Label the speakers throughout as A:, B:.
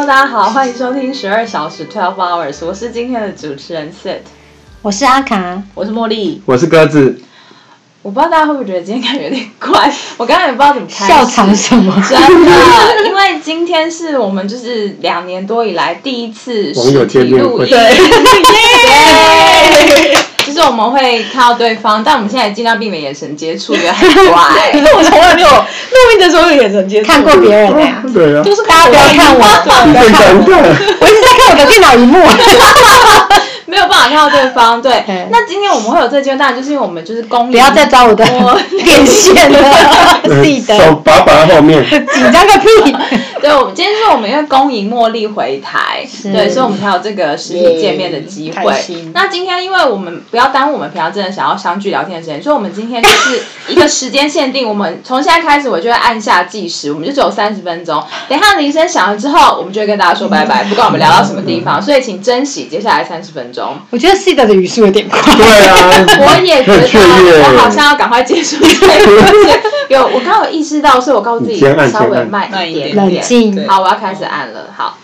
A: 大家好，欢迎收听十二小时 （Twelve Hours），我是今天的主持人 Sit，
B: 我是阿卡，
A: 我是茉莉。
C: 我是鸽子，
A: 我不知道大家会不会觉得今天感觉有点怪，我刚才也不知道怎么开始
B: 笑场什么？
A: 真的，因为今天是我们就是两年多以来第一次
C: 网友见面会
A: 实体录音，耶！就是我们会看到对方，但我们现在尽量避免眼神接触，也很
D: 可
A: 怪。
D: 是我从来没有录音的时候有眼神接触
B: 看过别人的呀，
C: 对啊，
D: 就是
B: 大家不要看我，
C: 你
B: 不要
C: 最
B: 看
C: 尴
B: 我，
C: 尬，
B: 我一直在看我的电脑荧幕。
A: 没有办法看到对方，对
B: 对。
A: 那今天我们会有这个阶段，就是因为我们就是公益，
B: 不要再抓我的
A: 我
B: 电线 了，自己
C: 手
B: 的
C: 把把后面，
B: 紧张个屁！
A: 对，我们今天是我们因为恭迎茉莉回台，对，所以我们才有这个实体见面的机
D: 耶
A: 会
D: 开心。
A: 那今天因为我们不要耽误我们平常真的想要相聚聊天的时间，所以我们今天就是一个时间限定，我们从现在开始我就会按下计时，我们就只有三十分钟。等一下铃声响了之后，我们就会跟大家说拜拜，不管我们聊到什么地方，所以请珍惜接下来三十分钟。
B: 我觉得 C 的的语速有点快，
C: 对啊，
A: 我也觉
C: 很雀跃
A: 得，我好像要赶快结束这个东西。有，我刚刚有意识到，所以我告诉自己
C: 你先按
A: 稍微
C: 先按
A: 慢一点
B: 冷
A: 点。
B: 静。
A: 好，我要开始按了。好，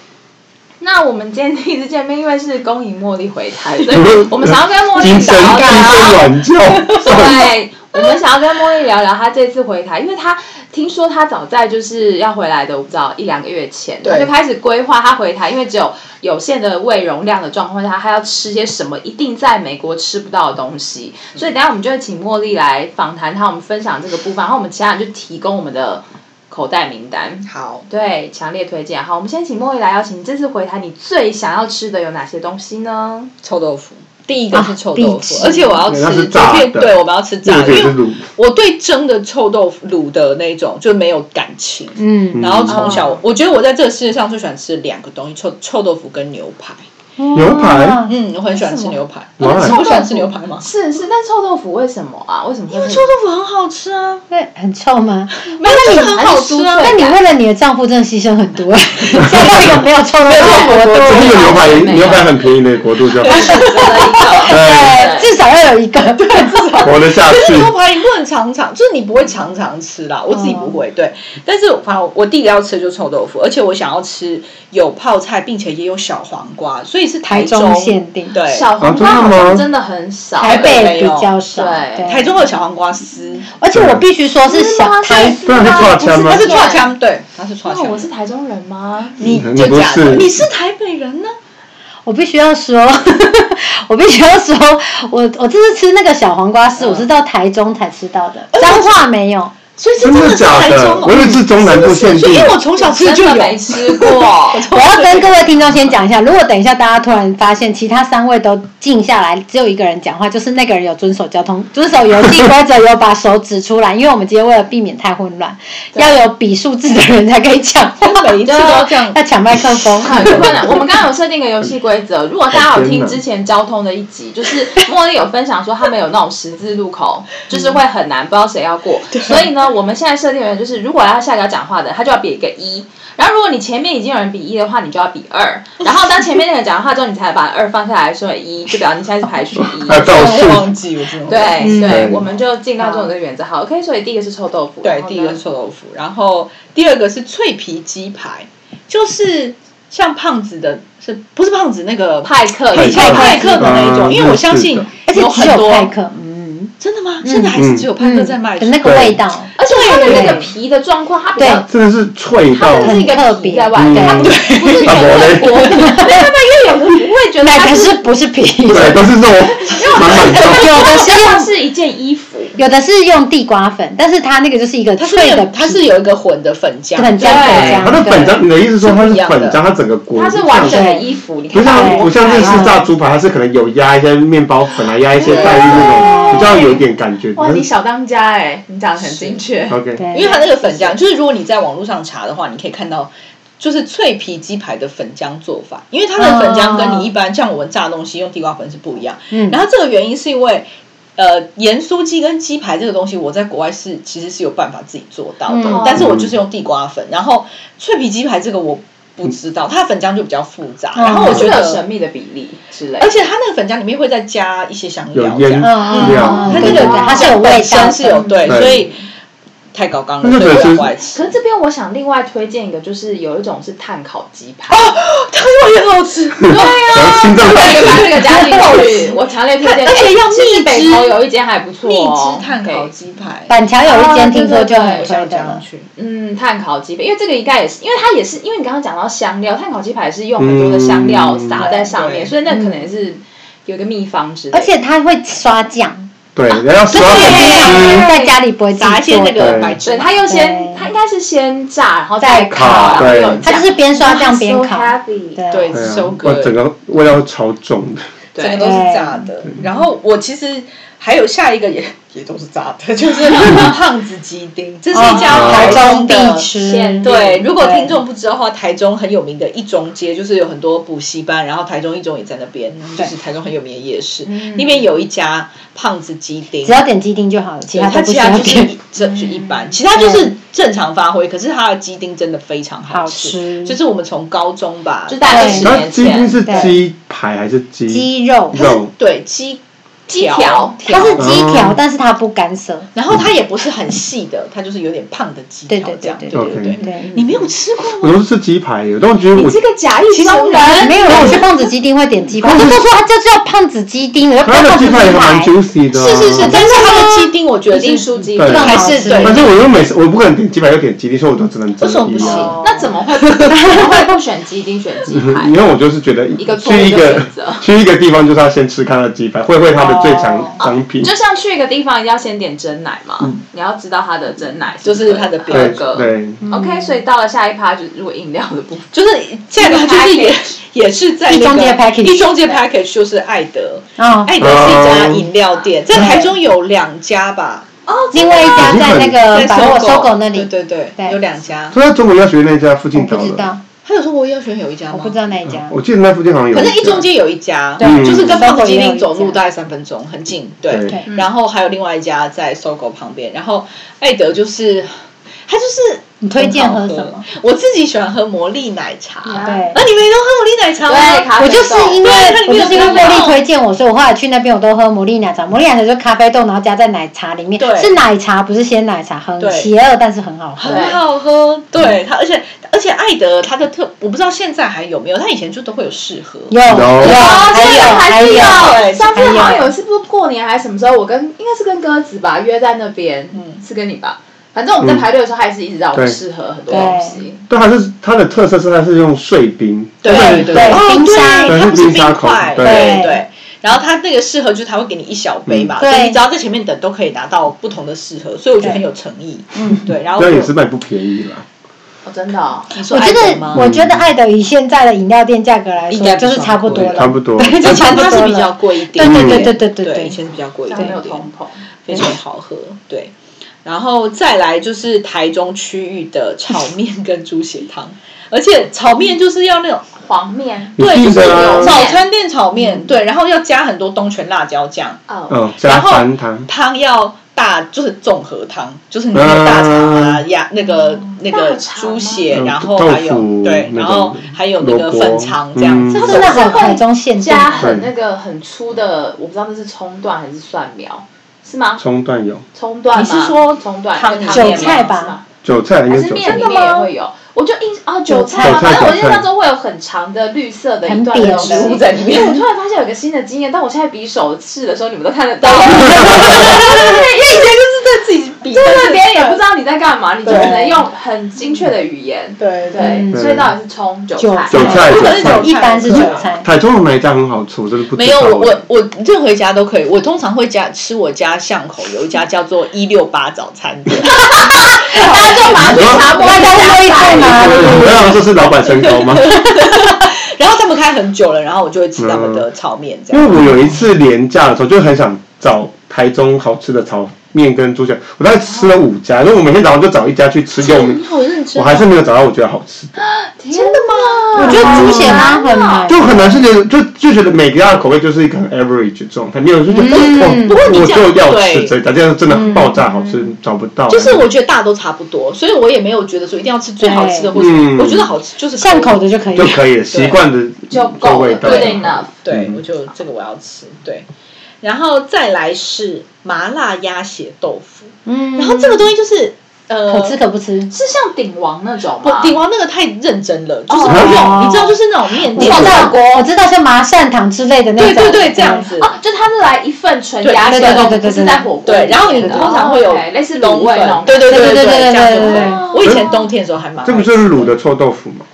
A: 那我们今天第一次见面，因为是恭迎茉莉回台，所以我们想要跟茉莉
C: 嗯精神精啊
A: 聊
C: 神
A: 聊。
C: 软觉，
A: 对，我们想要跟茉莉聊聊她这次回台，因为她听说她早在就是要回来的，我不知道一两个月前，
D: 对
A: 她就开始规划她回台，因为只有有限的胃容量的状况下，她要吃些什么一定在美国吃不到的东西。所以等一下我们就会请茉莉来访谈她，我们分享这个部分，然后我们其他人就提供我们的口袋名单。
D: 好，
A: 对，强烈推荐。好，我们先请茉莉来邀请你。这次回台，你最想要吃的有哪些东西呢？
D: 臭豆腐。第一个是臭豆
B: 啊
D: 腐，
B: 必吃
D: 而且我要吃
C: 那是
D: 昨
C: 炸的
D: 天，对，我们要吃炸
C: 那
D: 的，
C: 个也
D: 因
C: 是
D: 为
C: 卤，
D: 我对蒸的臭豆腐卤的那种就没有感情。
B: 嗯，
D: 然后从小，我觉得我在这个世界上最喜欢吃两个东西：臭臭豆腐跟牛排。
C: 牛排
D: 嗯，我很喜欢吃牛排。你
C: 为什么
D: 不喜欢吃牛排吗？
A: 是是，但臭豆腐为什么啊？为什么会？因为
D: 臭豆腐很好吃啊，
B: 对，很臭吗？
D: 没有就是很好吃啊。
B: 那你为了你的丈夫真的牺牲很多， 找到一个没有臭的国
C: 这
B: 度，
C: 是一个牛排，牛排很便宜的国度就好，
B: 对，至少要有一个，对，至少
C: 活得下去。
D: 牛排你不能常常，就是你不会常常吃啦，我自己不会。对，但是反正我第一个要吃的就是臭豆腐，而且我想要吃有泡菜，并且也有小黄瓜，所以是
B: 台
D: 中
B: 中限定
D: 对，
A: 小黄瓜
C: 啊
A: 好
C: 真的吗
A: 像真的很少。
B: 台北
D: 没
B: 比
D: 有
B: 较少，
A: 对
B: 对
D: 台中的小嗯黄瓜丝，
B: 而且我必须说是
A: 是吗
B: 小台
C: 不然是串
A: 不是
C: 枪吗
D: 它
A: 不
D: 是串枪，对，它是串
A: 那
D: 枪
A: 我。是台中人吗？
D: 你
C: 嗯
D: 就
C: 你不
D: 假的，
C: 是
D: 你是台北人呢？
B: 我必须要说， 我必须要说，我我这次吃那个小黄瓜
D: 嗯
B: 丝，我是到台中才吃到的，彰化没有。
D: 所以是
C: 真
D: 的
C: 的
D: 是
C: 假
D: 台中
C: 的？
D: 哦
C: 我以为是中南部限
D: 所以
C: 定
D: 因，为我从小吃就
A: 真的
D: 有，
A: 没吃过。
B: 我要跟各位听众先讲一下，如果等一下大家突然发现其他三位都静下来，只有一个人讲话，就是那个人有遵守交通、遵守游戏规则，有把手指出来，因为我们今天为了避免太混乱，要有比数字的人才可以讲话，
D: 每一次都要这 样
B: 要抢麦克 风。
A: 很困难。我们刚刚有设定一个游戏规则，如果大家有听之前交通的一集，就是茉莉有分享说他们有那种十字路口，就是会很难，不知道谁要过。所以呢，我们现在设定的就是，如果要下一个要讲话的，他就要比一个一。然后如果你前面已经有人比一的话，你就要比二。然后当前面那个人讲话之后，你才把二放下来说一，就表示你现在是排序 一。
C: 还倒
D: 我
C: 数
D: 忘，记我真的忘
A: 对
D: 记。
A: 对，
C: 嗯
A: 我们就尽量做这个原则。好，OK，所以第一个是臭豆腐，然后
D: 对，
A: 呢
D: 第一个是臭豆腐，然后第二个是脆皮鸡排，就是像胖子的，是不是胖子那个？
A: 派克也是，
D: 派克
B: 派克啊
D: 的那一种，
C: 嗯
D: 因为我相信
C: 日式的
B: 而且
D: 有
B: 哎只
D: 很
B: 有
D: 多
B: 派克，嗯，
D: 真的吗？现在还是只有派克在卖，
B: 嗯那个味道，
A: 而且它的那个皮的状况，它比较
B: 对
C: 真的是脆
A: 它
C: 到
A: 真的是一个皮在外面，
C: 嗯
A: 它不是不是
C: 大伯
A: 全 国的。因为有的不会觉得
B: 哪
A: 它
B: 个
A: 是，
B: 是不是皮？
C: 对，都是肉，满满的，
B: 有的是
A: 它
B: 用
A: 是一件衣 服，
B: 有的是用地瓜粉，但是它那个就是一个
D: 它是
B: 脆
D: 那
B: 的
D: 个
B: 皮，
D: 它是有一个混的粉浆，
B: 粉浆
A: 对
B: 粉
C: 它
B: 浆，
C: 的粉
B: 对
C: 浆，你的意思说它是粉浆，它整个裹，
A: 它是啊完整的衣服，你
C: 不
A: 看它
C: 像不像日式炸猪排，它是可能有压一些面包粉啊，压一些带鱼那种，比较有一点感觉。嗯
A: 哇，你小当家哎，你讲的很精确。
C: OK，
B: 对，
D: 因为它那个粉浆，就是如果你在网络上查的话，你可以看到。就是脆皮鸡排的粉浆做法，因为它的粉浆跟你一般像我们炸东西用地瓜粉是不一样。
B: 哦嗯
D: 然后这个原因是因为，呃，盐酥鸡跟鸡排这个东西，我在国外是其实是有办法自己做到的，
B: 嗯
D: 但是我就是用地瓜粉。然后脆皮鸡排这个我不知道，它的粉浆就比较复杂。
B: 嗯
D: 然后我觉
A: 是有
D: 得，
A: 神秘的比例之类
D: 而，且它那个粉浆里面会再加一些香料
C: 有
D: 这样，
C: 腌
B: 嗯嗯
C: 料
B: 嗯，
D: 它
B: 对
D: 那
B: 对
D: 个
B: 对，它是有味
D: 本
B: 道的，
D: 身是有对，
C: 对
D: 所以太高纲了，
C: 那
D: 所
C: 日
D: 以
C: 本
D: 我
C: 是
D: 不爱吃。
A: 可是这边我想另外推荐一个，就是有一种是碳烤鸡排，
D: 他们也好 吃，
C: 然后心脏
A: 把
C: 来
A: 这个加进去，我强烈推荐。
D: 而且要
A: 其实
D: 蜜
A: 北
D: 汁
A: 投有一间还不错
D: 蜜
A: 哦，
D: 汁碳烤
A: 对
D: 鸡排，
B: 板桥有一
A: 哦
D: 啊
B: 间听
A: 对
B: 说
A: 对
B: 就很
A: 对
B: 推
D: 我想
B: 的
D: 加上
B: 了，
D: 去。
A: 嗯，碳烤鸡排，因为这个应该也是，因为它也是，因为你刚刚讲到香料，碳烤鸡排是用很多的香料
C: 嗯
A: 撒在上面，
D: 对
A: 所以那可能也是有一个秘方之类的。
B: 嗯而且它会刷酱，
C: 对，然后
B: 这
C: 十
B: 是
C: 二
B: 我平
C: 点
B: 常
C: 吃，
B: 在家里不会自
D: 炸一
B: 己
D: 些
B: 做的，
D: 那个
C: 对
D: 白
A: 对，
D: 汁，
A: 它又先，
B: 对
A: 它应该是先炸，然后
B: 再
A: 再烤，
C: 烤
A: 然后
C: 对
A: 有
B: 它就是边刷酱边烤
A: So，happy
B: 对
D: 对
C: 对啊
D: ，so，
C: 哇
D: good，
C: 整个味道超重的，
D: 整个
A: 对
D: 都是炸的。
B: 嗯
D: 然后我其实还有下一个也也都是炸的， 就是胖子鸡丁，这是一家
B: 哦
D: 台中
B: 必
D: 的。
B: 吃，
A: 馅
D: 对，如果
B: 对
D: 听众不知道的话，台中很有名的一中街就是有很多补习班，然后台中一中也在那边，就是台中很有名的夜市，
A: 嗯
D: 那边有一家胖子鸡丁
B: 只。要点鸡丁就好了，其
D: 对
B: 他
D: 它
B: 都不
D: 其
B: 需
D: 他
B: 要
D: 就 是
B: 点
D: 一。这就一般，其他就是正常发挥。可是它的鸡丁真的非常好
B: 好吃
D: 就是我们从高中吧，
A: 就大概
B: 对
A: 十
C: 然后
A: 年
C: 鸡丁
A: 前
C: 是
B: 对
C: 鸡排还是鸡
B: 鸡肉，
C: 肉？
D: 对鸡
A: 鸡
D: 条
A: 条，
B: 它是鸡条
C: 哦，
B: 但是它不干涉。
D: 然后它也不是很细的，它就是有点胖的鸡
B: 对
D: 条
B: 对
D: 这
B: 对
D: 样，
B: 对
D: 对
C: 对
D: 对
C: 对
B: 对，
D: 你没有吃过吗？
C: 我都是吃鸡排，我都觉得
A: 你
C: 我
A: 这个假意中人，
B: 没有人吃胖子鸡丁会点鸡排，我就说它就叫胖子鸡丁，我又不
C: 它
B: 要
C: 的
B: 胖子
C: 鸡
B: 鸡
C: 排也蛮
B: 排。
C: juicy 的啊，
D: 是是是，但是它的鸡丁我觉得
A: 一定
D: 是
A: 输鸡
C: 对
A: 丁
B: 更
D: 还
B: 好
D: 是
B: 吃
D: 对，
C: 反正我又每次我不可能点鸡排又点鸡丁，所以我都只能
D: 为
C: 择
D: 什么不
C: 一
D: 行
C: 啊。
B: 哦
A: 那怎么 会不怎么会不选鸡丁选鸡排
C: 因？为我就是觉得
A: 一个错误
C: 去一
A: 的
C: 个
A: 选择
C: 去一个地方就是要先吃看它的鸡排，会不会它的最强
B: 哦
C: 商品？
A: 就像去一个地方一定要先点真奶嘛，你要知道它的真奶
D: 就是它的
A: 标
D: 标
A: 格。
C: 嗯对，
A: OK，所以到了下一趴，就是如果饮料的部分，
D: 就是价格就是也也是在那个
B: 一中街 package
D: 一中街 package 就是爱德，
B: 嗯，
D: 爱德是一
C: 哦
D: 家饮料店，在台中有两家吧，
A: 哦
B: 另外一家在那个呃
D: 在
B: 百货搜狗那里，
D: 对对对，
B: 对
D: 有两家。
C: 所以在中国医药学院那家附
B: 我
C: 近
B: 不
C: 找
B: 知道
C: 的，，
D: 他有说我要选有一家吗？
B: 我不知道那一家。
C: 我记得那附近好像有家。
D: 反正一中街有一家，
B: 对
D: 就是跟胖子鸡
B: 嗯
D: 丁走路大概三分钟，很近。对，
C: 对
D: 然后还有另外一家在搜狗旁边，然后艾德就是。他就是
B: 你推荐
D: 很好
B: 喝什么？
D: 我自己喜欢喝魔力奶茶。
A: 啊
B: 对
D: 那、，你们也都喝魔力奶茶
A: 对，
D: 吗？
A: 咖
B: 我
A: 啡
B: 就是
A: 豆
B: 因为
D: 对它里
B: 我
D: 面
B: 就是因为
D: 有
B: 茉
D: 咖啡
B: 莉
D: 豆
B: 推荐我，所以我后来去那边我都喝茉莉奶茶。茉莉奶茶就是咖啡豆，然后加在奶茶里面，
D: 对
B: 是奶茶不是鲜奶茶，很
D: 对
B: 邪恶但是很好喝。
D: 很好喝。对他，它而且而且艾德他的特，我不知道现在还有没有，他以前就都会有试喝。
B: 有有
C: 有
A: 啊，
B: 还
A: 现在
B: 有还
A: 还是
B: 有，
A: 有。
D: 对
A: 上次
B: 还有
A: 好像有一次，不是过年还是什么时候，我跟应该是跟鸽子吧约在那边，
D: 嗯
A: 是跟你吧。反正我们在排队的时候，他也是一直让我们试喝很多东西。
C: 对，它是它的特色是它是用碎冰，
D: 对
B: 对
D: 哦
B: 冰沙
D: 对，它
C: 对
D: 不是
C: 是冰
D: 冰
C: 沙口
D: 块，
C: 对
D: 对对。然后它那个试喝就是它会给你一小杯嘛，
B: 嗯
D: 所以
B: 对
D: 你只要在前面等都可以拿到不同的试喝，所以我觉得很有诚意。嗯，对。然后
C: 那
D: 我
C: 也是卖不便宜啦。
A: 哦，真的哦。
D: 你说
B: 我
D: 爱
B: 觉
D: 德
B: 得
D: 吗？
B: 我觉得爱德以现在的饮料店价格来
D: 应
B: 说，
D: 该不
B: 就是
D: 算
B: 差不
D: 贵
B: 多了，
C: 差不多
B: 对，就
D: 而且
B: 差不
D: 它
B: 多
D: 是比较
B: 了。
D: 贵一
B: 对
D: 点，
B: 对对对对
D: 对
B: 对
D: 以前是比较贵一
A: 这样没有
D: 点，
A: 通膨，
D: 非
B: 嗯
D: 常好喝，对。然后再来就是台中区域的炒面跟猪血汤，而且炒面就是要那种
A: 黄面
D: 对，
C: 一
D: 就
C: 定
D: 是
C: 的
A: 有
C: 啊，
D: 早餐店炒面，对，然后要加很多东泉辣椒酱，
A: 哦，
C: 嗯，加
D: 然后
C: 翻糖，
D: 汤要大，就是综合汤，就是你有大肠啊、鸭那个那个
A: 大肠吗
D: 猪血，
C: 嗯
D: 然后还
C: 豆
D: 有
C: 腐
D: 对，
C: 那
D: 然
C: 种
D: 后还有那个
C: 萝卜
D: 粉肠这样子，
C: 嗯
B: 它真的很台中限定
A: 加
B: 的，
A: 很那个很粗的，我不知道那是葱段还是蒜苗，是吗？
C: 葱段有，
A: 葱段吗？
D: 你是说
A: 葱段
D: 汤
A: 就汤面吗
B: 韭菜吧
A: 是吗
C: 韭菜应
A: 还
C: 该
A: 是
C: 是韭
A: 面
C: 菜
A: 里。面也会有？我就印啊韭菜
B: 韭
A: 嘛，
C: 菜
A: 反正我
C: 韭
A: 印
C: 菜
A: 象中会有很长的绿色的一段
B: 很扁
A: 的
B: 的
A: 植物
D: 在里面
A: 我突然发现有一个新的经验，但我现在比手势的时候，你们都看得到，
D: 因为以前就是在自己比，
A: 但是别人也不知
D: 道，
A: 道你在干嘛，你就只能用很精确的语言。
D: 对
A: 对，
B: 嗯
A: 所以到底是葱韭菜？
C: 韭菜
D: 不
C: 韭
D: 可能
C: 菜
D: 韭
B: 哦一般是韭
D: 对
B: 菜。
C: 台中的哪一家很好吃？我真的不
D: 没
C: 知
D: 有，
C: 道。
D: 我我我任何一家都可以。我通常会家吃我家巷口有一家叫做一六八早餐 店，
A: 大家就马上去查摸
B: 大
A: 一
B: 家
A: 下
B: 会在哪
C: 我
B: 里？
C: 要说是老板身高 吗？
D: 然后他们开很久了，然后我就会吃他们
C: 嗯
D: 的炒面这
C: 因
D: 样。
C: 为我有一次廉价的时候，就很想找台中好吃的炒面跟猪脚，我大概吃了五家，因为我每天早上就找一家去吃有名，
D: 好认真
C: 我还是没有找到我觉得好吃啊的，
A: 真的吗？
B: 我觉得猪血汤很难，
C: 就
D: 哦
C: 很难是觉得就就觉得每个家的口味就是一个很 average 的状态，没有就觉得
B: 嗯
C: 哦，
B: 不
D: 过你
C: 我
D: 讲
C: 就要
D: 对嗯
C: 吃这家，这样真的爆炸好吃，找不到。
D: 就是我觉得大家都差不多，所以我也没有觉得说一定要吃最好吃的，或者
C: 嗯
D: 我觉得好吃就是
B: 巷口的就可以
C: 就。可以了习惯的
A: 就
C: 做
A: 够
C: 味
A: 了
C: 道，
A: ，good enough。
D: 对，
C: 嗯
D: 我就这个我要吃对，然后再来是麻辣鸭血豆腐，
B: 嗯，
D: 然后这个东西就是呃
B: 可吃可不吃。
A: 是像鼎王那种
D: 不
A: 吗？
D: 鼎王那个太认真了，就是
A: 哦
D: 不用，你知道，就是那种面
B: 我
D: 点
B: 知道
D: 的，
B: 锅，我知道像麻善堂之类的那
D: 对
B: 种。
D: 对对，这样子。
A: 哦，就它是来一份纯鸭血
B: 对对对
A: 那
B: 对
A: 种，
B: 对
A: 不是在火锅里
D: 对，
A: 面的。
D: 然后你通常会有
A: 哦，OK，类似卤味那种
D: 粉，对对对
B: 对对对
D: 对，这样子
B: 对对对
D: 对我以前冬天的时候还蛮爱
C: 这
D: 吃的，
C: 不就是卤的臭豆腐吗？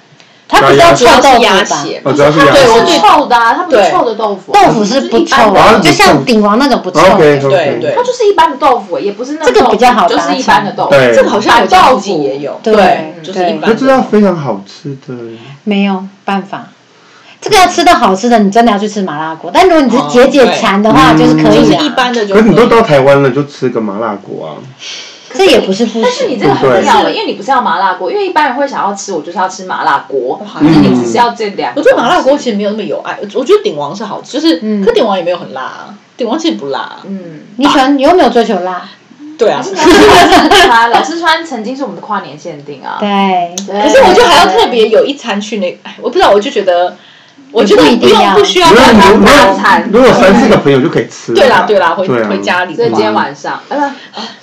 B: 它不叫臭豆
D: 主要
B: 腐吧
D: 是鸭？血
C: 哦，主要是鸭
A: 对，
C: 血。
A: 我臭的啊，它不是
D: 对
A: 臭的豆腐，
B: 豆腐是不臭
C: 啊
B: 的，
A: 嗯
C: 你
B: 就像
D: 嗯
C: 送
B: 鼎王那种不臭。
C: OK
D: 对
C: OK，
D: 对
A: 它就是一般的豆腐，欸也不是那
B: 这个
A: 种
B: 比较好
A: 就是一般的豆腐。
C: 对
D: 这个好像我家
A: 板
D: 附
A: 豆
D: 近
A: 腐
D: 也有，
B: 对
D: 就是
B: 对
D: 一般
C: 那
D: 的
C: 这道非常好吃的，
B: 没有办法。这个要吃到好吃的，你真的要去吃麻辣锅。但如果你只是解解馋的话，
C: 嗯
B: 就是可
D: 哦
B: 以
D: 就
B: 啊
D: 是
B: 的。
D: 一般的就
C: 可是你都
D: 可以
C: 到台湾了，就吃个麻辣锅啊。
B: 这也不是不
A: 但是你
B: 行。
A: 这个很
C: 对
A: 妙了，因为你不是要麻辣锅，因为一般人会想要吃，我就是要吃麻辣锅，
D: 哇
A: 可是
C: 嗯
A: 你只是要这两个。
D: 哦我对麻辣锅，其实没有那么有爱，我我觉得鼎王是好吃，就是、
B: 嗯
D: 可鼎王也没有很辣啊，鼎王其实不辣啊，
A: 嗯，
B: 你喜欢，你又没有追求辣，
D: 对啊
A: 还。是老四川，老四川曾经是我们的跨年限定啊。
B: 对，
A: 对
D: 可是我就还要特别有一餐去那，哎我不知道，我就觉得，我觉得
B: 不一
D: 不
B: 定
D: 用
B: 要
D: 不需要
C: 如果
D: 把
C: 你
D: 它
A: 当
C: 如
A: 大
C: 果
A: 餐
C: 如果三四个朋友就可以吃了。
D: 对啦对啦，回
C: 对啊
D: 回家里
A: 所以今天
D: 嘛
A: 晚上，呃，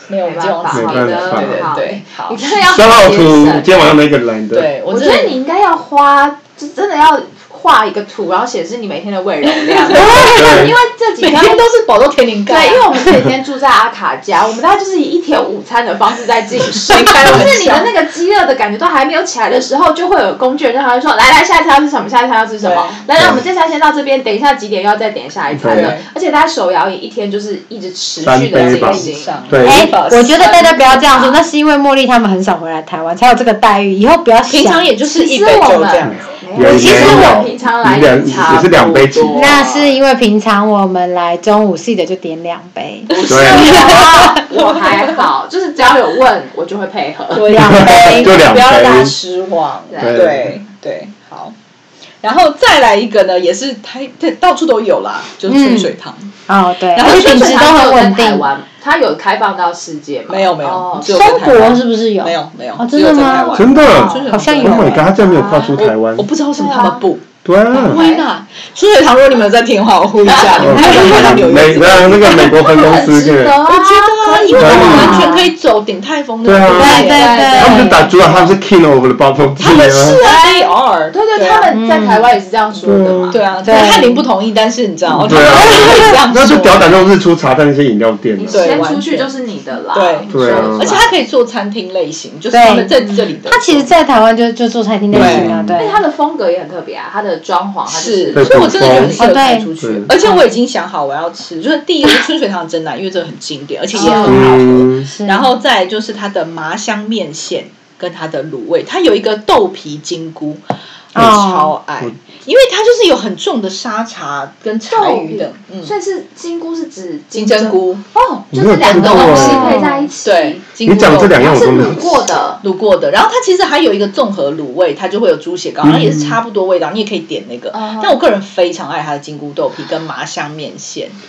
D: 没有
A: 没
D: 这
A: 办
D: 种
A: 法，
D: 吃
A: 好
D: 别
A: 的，
D: 的，
C: 没办法
D: 对对
A: 好
D: 对，好
A: 你。真的要
C: 小老
A: 好
C: 图今天晚上没一个来的，
D: 对，
A: 我觉
D: 真的
A: 得你应该要花，就真的要画一个图，然后显示你每天的胃容量，
C: 对
A: 因为这几
D: 每
A: 天
D: 天都是饱到天灵盖啊，
A: 对，因为我们这几天住在阿卡家，我们大概就是以一天午餐的方式在进食。
D: 谁开玩笑
A: 就是你的那个饥饿的感觉都还没有起来的时候，就会有工具人让他说：“来来，下一餐要吃什么？下一餐要吃什么？”来来，我们这餐先到这边，等一下几点又要再点下一餐了
D: 对。
A: 而且他手摇饮一天就是一直持
C: 三
A: 续的
C: 杯吧
A: 进行。
C: 对
B: 哎、我觉得大家不要这样
D: 啊
B: 说，
A: 是吧
B: 那是因为茉莉他们很少回来台湾，才有这个待遇。以后不要想，
D: 平常也就是一
A: 其实
D: 杯
A: 我
D: 酒
A: 们
D: 这样，
A: 没有
B: 我其实我
A: 平常来
C: 你两
A: 差
C: 也是两杯起
A: 不多
B: 那是因为平常我们来中午系的就点两 杯，
C: 对，啊
A: 啊 我还好，就是只要有问我就会配合。
D: 对啊
B: 两杯
C: 就两
D: 不要让大家
C: 杯。
D: 失望。
A: 对
D: 对对，好。然后再来一个呢，也是它它到处都有啦，
A: 嗯
D: 就是春水堂，
B: 哦，对，
D: 然
B: 而
D: 后
B: 且
A: 春
B: 品
A: 水
B: 质都
A: 堂
B: 很
A: 有在
B: 稳
A: 台
B: 定。
A: 湾，它有开放到世界吗？
D: 没有没
A: 哦
D: 有，只有在
B: 中
D: 台湾
B: 国是不是有？
D: 没有没有
B: 哦，
D: 只
B: 真
D: 有
B: 的
D: 在台
B: 吗
D: 湾？
C: 真的
D: 春水堂
B: 好像有
D: 只
C: Oh my
D: 在
A: 欸
D: 台
C: god，他竟然没有跨出
D: 湾
C: 台湾
D: 我我，不知道为什么他们不。
C: 对啊，
D: 我也纳春水堂，如果你们有在听的话，我呼吁一下，你们可以来到
C: 美
D: 纽
C: 美
D: 约这边。
C: 那个美国分公
A: 很
C: 司，
A: 值得啊！
D: 我觉得啊，因为他们完全可以走鼎泰丰的
C: 对啊
D: 路
B: 对
D: 线
B: 对对，
C: 他们就打主打，他们是 king of the bubble
D: 他们
C: tea
D: 是
C: 啊，
D: 啊，they 啊 are，
A: 对对，啊他们在台湾也是这样说的
C: 嗯
A: 嘛。
D: 对啊，
B: 对
D: 翰林不同意，但是你知道，
C: 对啊
D: 他们会这样
C: 那就
D: 说
C: 屌打那种日出茶蛋那些饮料店
A: 你
C: 啊，
A: 先出去就是你的啦。
D: 对
C: 对啊
D: 而且它可以做餐厅类型，就是他们在这里的。，
B: 他其实，在台湾就就做餐厅类型啊，
A: 而且
B: 对。
A: 它的风格也很特别啊，它的装潢它就是
C: 对
D: 所以我真的觉得适合带出
C: 对
D: 去
C: 对。
D: 而且我已经想好我要吃，就是第一个是春水堂的蒸奶，因为这个很经典，而且也很好喝。
C: 嗯，
B: 是
D: 然后再来就是它的麻香面线跟它的卤味，它有一个豆皮金菇，我
B: 哦
D: 超爱，因为它就是有很重的沙茶跟柴
A: 豆
D: 鱼的，嗯，
A: 所以是金菇是指
D: 金针菇，
A: 哦，就是两个东西配在一起。
D: 对，，金菇
C: 你讲
D: 肉
C: 这两样
A: 它是
C: 我都没
A: 卤
C: 有吃
A: 过的。
D: 卤过的，然后它其实还有一个综合卤味，它就会有猪血
C: 嗯
D: 糕，然后也是差不多味道，你也可以点那个。
A: 嗯
D: 但我个人非常爱它的金菇豆皮跟麻香面线，
A: 嗯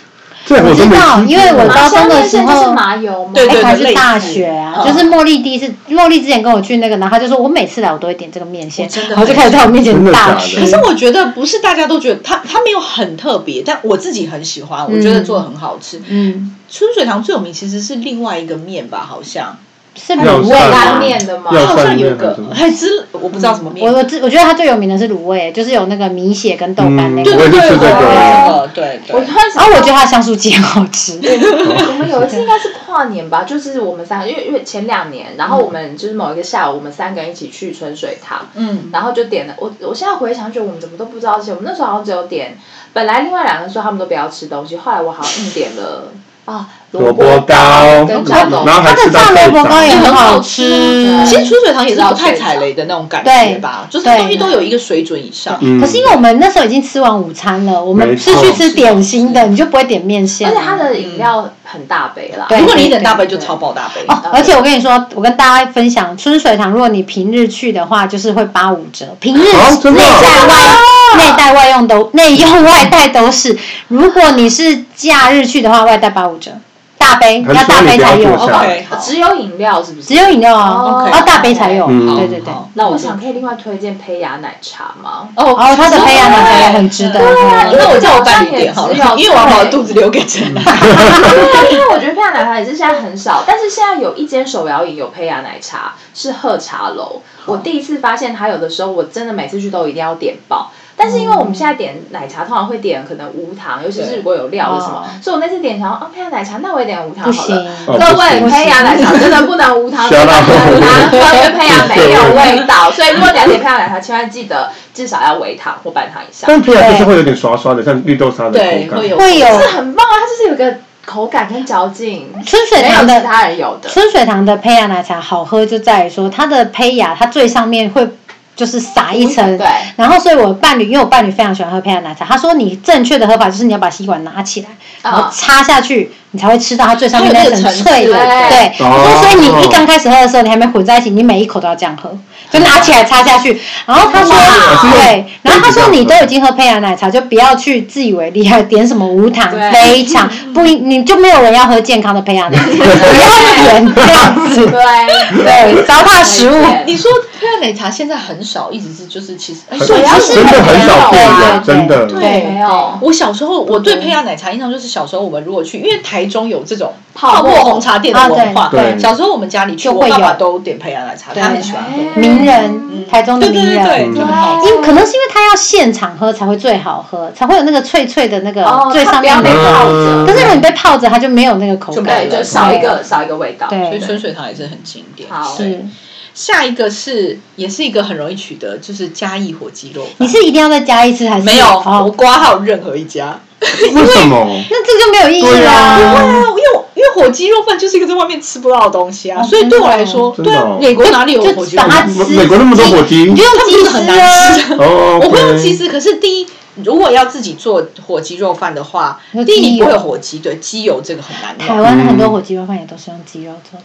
C: 这两个
B: 我
C: 我都
B: 知
C: 没吃
B: 道，
C: 过
B: 因为我
A: 麻
B: 高
A: 香
B: 中的
A: 面
B: 时
A: 线就是
B: 候。
A: 麻油嘛。
D: 对
B: 哎，
D: 对对
B: 还是
D: 类似
B: 大学啊，
D: 嗯
B: 就是茉莉第一次，茉莉之前跟我去那个，然后她就说，我每次来我都会点这个面线
D: 我，哦真的
B: 然后就开始在我面前
C: 真的
B: 大
C: 假的
B: 吃
D: 可。是我觉得不是大家都觉得它它没有很特别，但我自己很喜欢，我觉得做的很好吃。
B: 嗯，
D: 春水堂最有名其实是另外一个面吧，好像
B: 是
C: 料
B: 卤味啊
C: 饭
A: 拉
B: 啦
C: 吗
A: 面的嘛
C: 料
D: 它好像
C: 饭
D: 有一
C: 面还是
D: 个
C: 什么？
D: 还是我不知道什么面
B: 我。我知我觉得它最有名的是卤味，就是有那个米血跟豆干那个
C: 嗯
D: 对。对
C: 我也是
D: 对
C: 吃这个
D: 我也是这个对
A: 我
D: 对。
A: 突然
B: 然
A: 想
B: 后
A: 到，
B: 啊我觉得它的香酥鸡很好吃。
D: 嗯
A: 我们有一次应该是跨年吧，就是我们三个，因为因为前两年，然后我们就是某一个下午，我们三个人一起去春水堂，
D: 嗯，
A: 然后就点了。我我现在回想，觉得我们怎么都不知道这些。我们那时候好像只有点，本来另外两个人说他们都不要吃东西，后来我好像硬点了啊
C: 萝
A: 萝
C: 卜糕，
A: 跟
C: 然
A: 炸
C: 后
A: 豆
C: 然后还
B: 它
C: 吃
B: 的炸
C: 到
B: 萝卜糕也
C: 最
B: 很好
A: 嗯
B: 吃。
D: 其实春水堂也是不太踩雷的嗯那种感觉吧，就是
B: 对
D: 东西都有一个水准以上。
C: 嗯
B: 可是因为我们那时候已经吃完午餐了，我们
C: 没
B: 是
C: 错
B: 去吃点心的，你就不会点面线啊
A: 而
B: 了。
A: 且它的饮料很大杯啦，
B: 对
D: 如果你一点大杯就超爆大杯，
B: 哦， 而且我跟你说，我跟大家分享，春水堂，如果你平日去的话，就是会八五折。平日
C: 哦真
B: 内
C: 的哦
B: 在外内带外用都内用外带都是，如果你是假日去的话，外带八五折。大杯
C: 很
B: 要大杯才有
C: 希望你不要坐下
B: ，OK，
D: OK，好，
A: 呃只有饮料是不是？
B: 只有饮料哦，
A: 哦
B: 要大杯才有，
C: 嗯
B: 对对对。
D: 好
A: 那
E: 那
A: 我
E: 我就
A: 想可以另外推荐胚芽奶茶吗？
D: 哦
B: 哦，它的
D: 对
B: 培养奶茶也很值得。嗯
A: 对啊
D: 因为我叫我伴
A: 好像
D: 侣
A: 也
D: 点好了
A: 知道，
D: 因为我要把我
A: 对
D: 肚子留给陈
B: 嗯
D: 娜。
A: 对，因为我觉得胚芽奶茶也是现在很少，但是现在有一间手摇饮有胚芽奶茶，是喝茶楼。我第一次发现它有的时候，我真的每次去都一定要点爆。但是因为我们现在点奶茶，通常会点可能无糖，尤其是如果有料的什么
B: 哦，
A: 所以我那次点想说，哦，胚芽奶茶，那我也点无糖
B: 不
A: 好了
B: 行。
C: 哦
A: 各
C: 不
A: 位，
C: 行
A: 胚芽奶茶真的不能无糖，
C: 吓
A: 真的
C: 到我
A: 很难喝，因为胚芽没有味道。所以如果你要点胚芽奶茶，千万记得至少要微糖或半糖以上。
C: 但培养就是会有点刷刷的，像绿豆沙的
D: 对，
C: 口感。
D: 会有
B: 会有
A: 这很棒啊，它就是有个口感跟嚼劲，
B: 春水
A: 没有
B: 堂
A: 其
B: 的
A: 他人有的。
B: 春水堂的胚芽奶茶好喝，就在于说它的胚芽，它最上面会就是撒一层
A: 对，
B: 然后，所以我伴侣，因为我伴侣非常喜欢喝胚芽奶茶，他说你正确的喝法就是你要把吸管拿起来，
A: 哦
B: 然后插下去，你才会吃到它最上面那层脆
A: 它有这
B: 的。
A: 个层次
B: 对，
C: 对
B: 我说，
C: 哦
B: 所以你一刚开始喝的时候，你还没混在一起，你每一口都要这样喝，就拿起来插下去。然后他说
A: 哦哇，
B: 对，然后他说
C: 对
B: 你都已经喝胚芽奶茶，就不要去自以为厉害，点什么无糖
A: 对、
B: 非常不一，你就没有人要喝健康的胚芽奶茶，不要人这样子。
A: 对，
B: 对，糟蹋食物。
D: 你说黑暗奶茶现在很少，一直是就是其实，哎，
C: 很
D: 所以
A: 要是
D: 其实
C: 真的很少
A: 没有
C: 变
A: 啊
C: 的，真的。
D: 对
A: 对，没有
D: 我小时候我对胚芽奶茶印象就是小时候我们如果去，因为台中有这种
A: 泡
D: 泡
A: 沫
D: 沫红茶店的文化，
B: 啊
C: 对对
D: 小时候我们家里去，
B: 就
D: 我
B: 会有
D: 爸爸都点胚芽奶茶，
B: 对
D: 他很喜欢喝。
B: 名人
A: 嗯，
B: 台中的
D: 对对
B: 名
D: 对
B: 人。
D: 对，
C: 嗯
D: 真的好
A: 对
D: 喝。
B: 因为可能是因为它要现场喝才会最好喝，才会有那个脆脆的那个
A: 哦，
B: 最上面
A: 它
B: 那
A: 不要被
B: 个。
A: 泡着，
C: 嗯
B: 但是如果你被泡着，它就没有那个口
D: 就没
B: 感
A: 对，
B: 了。
A: 就少一个少一个味道。
D: 所以
B: 对，
D: 春水堂也是很经典。
A: 好
D: 对
B: 是
D: 下一个是也是一个很容易取得，就是嘉义火鸡肉饭。
B: 你是一定要再加一次还是
D: 没有？我
B: 哦，
D: 挂号任何一家。
C: 为什么？
B: 那这个就没有意义
C: 对
D: 对
B: 啦。
D: 啊，因为我因为火鸡肉饭就是一个在外面吃不到的东西啊，
B: 哦
D: 所以对我来说，
C: 真的
D: 对
C: 哦
D: 啊，美国哪里有火
B: 就
D: 鸡肉
B: 把它
D: 饭？
B: 吃。
C: 美国那么多火鸡
B: 你就
D: 他
B: 用鸡
D: 们真的很
B: 丝
D: 难
B: 啊。
D: 吃。
C: 哦，
D: 我会用鸡
C: OK
D: 丝，可是第一，如果要自己做火鸡肉饭的话，
B: 那
D: 第一
B: 鸡
D: 你不会
B: 油
D: 有火鸡，对，鸡油这个很难
B: 台
D: 弄。
B: 湾很多火鸡肉饭也都是用鸡肉做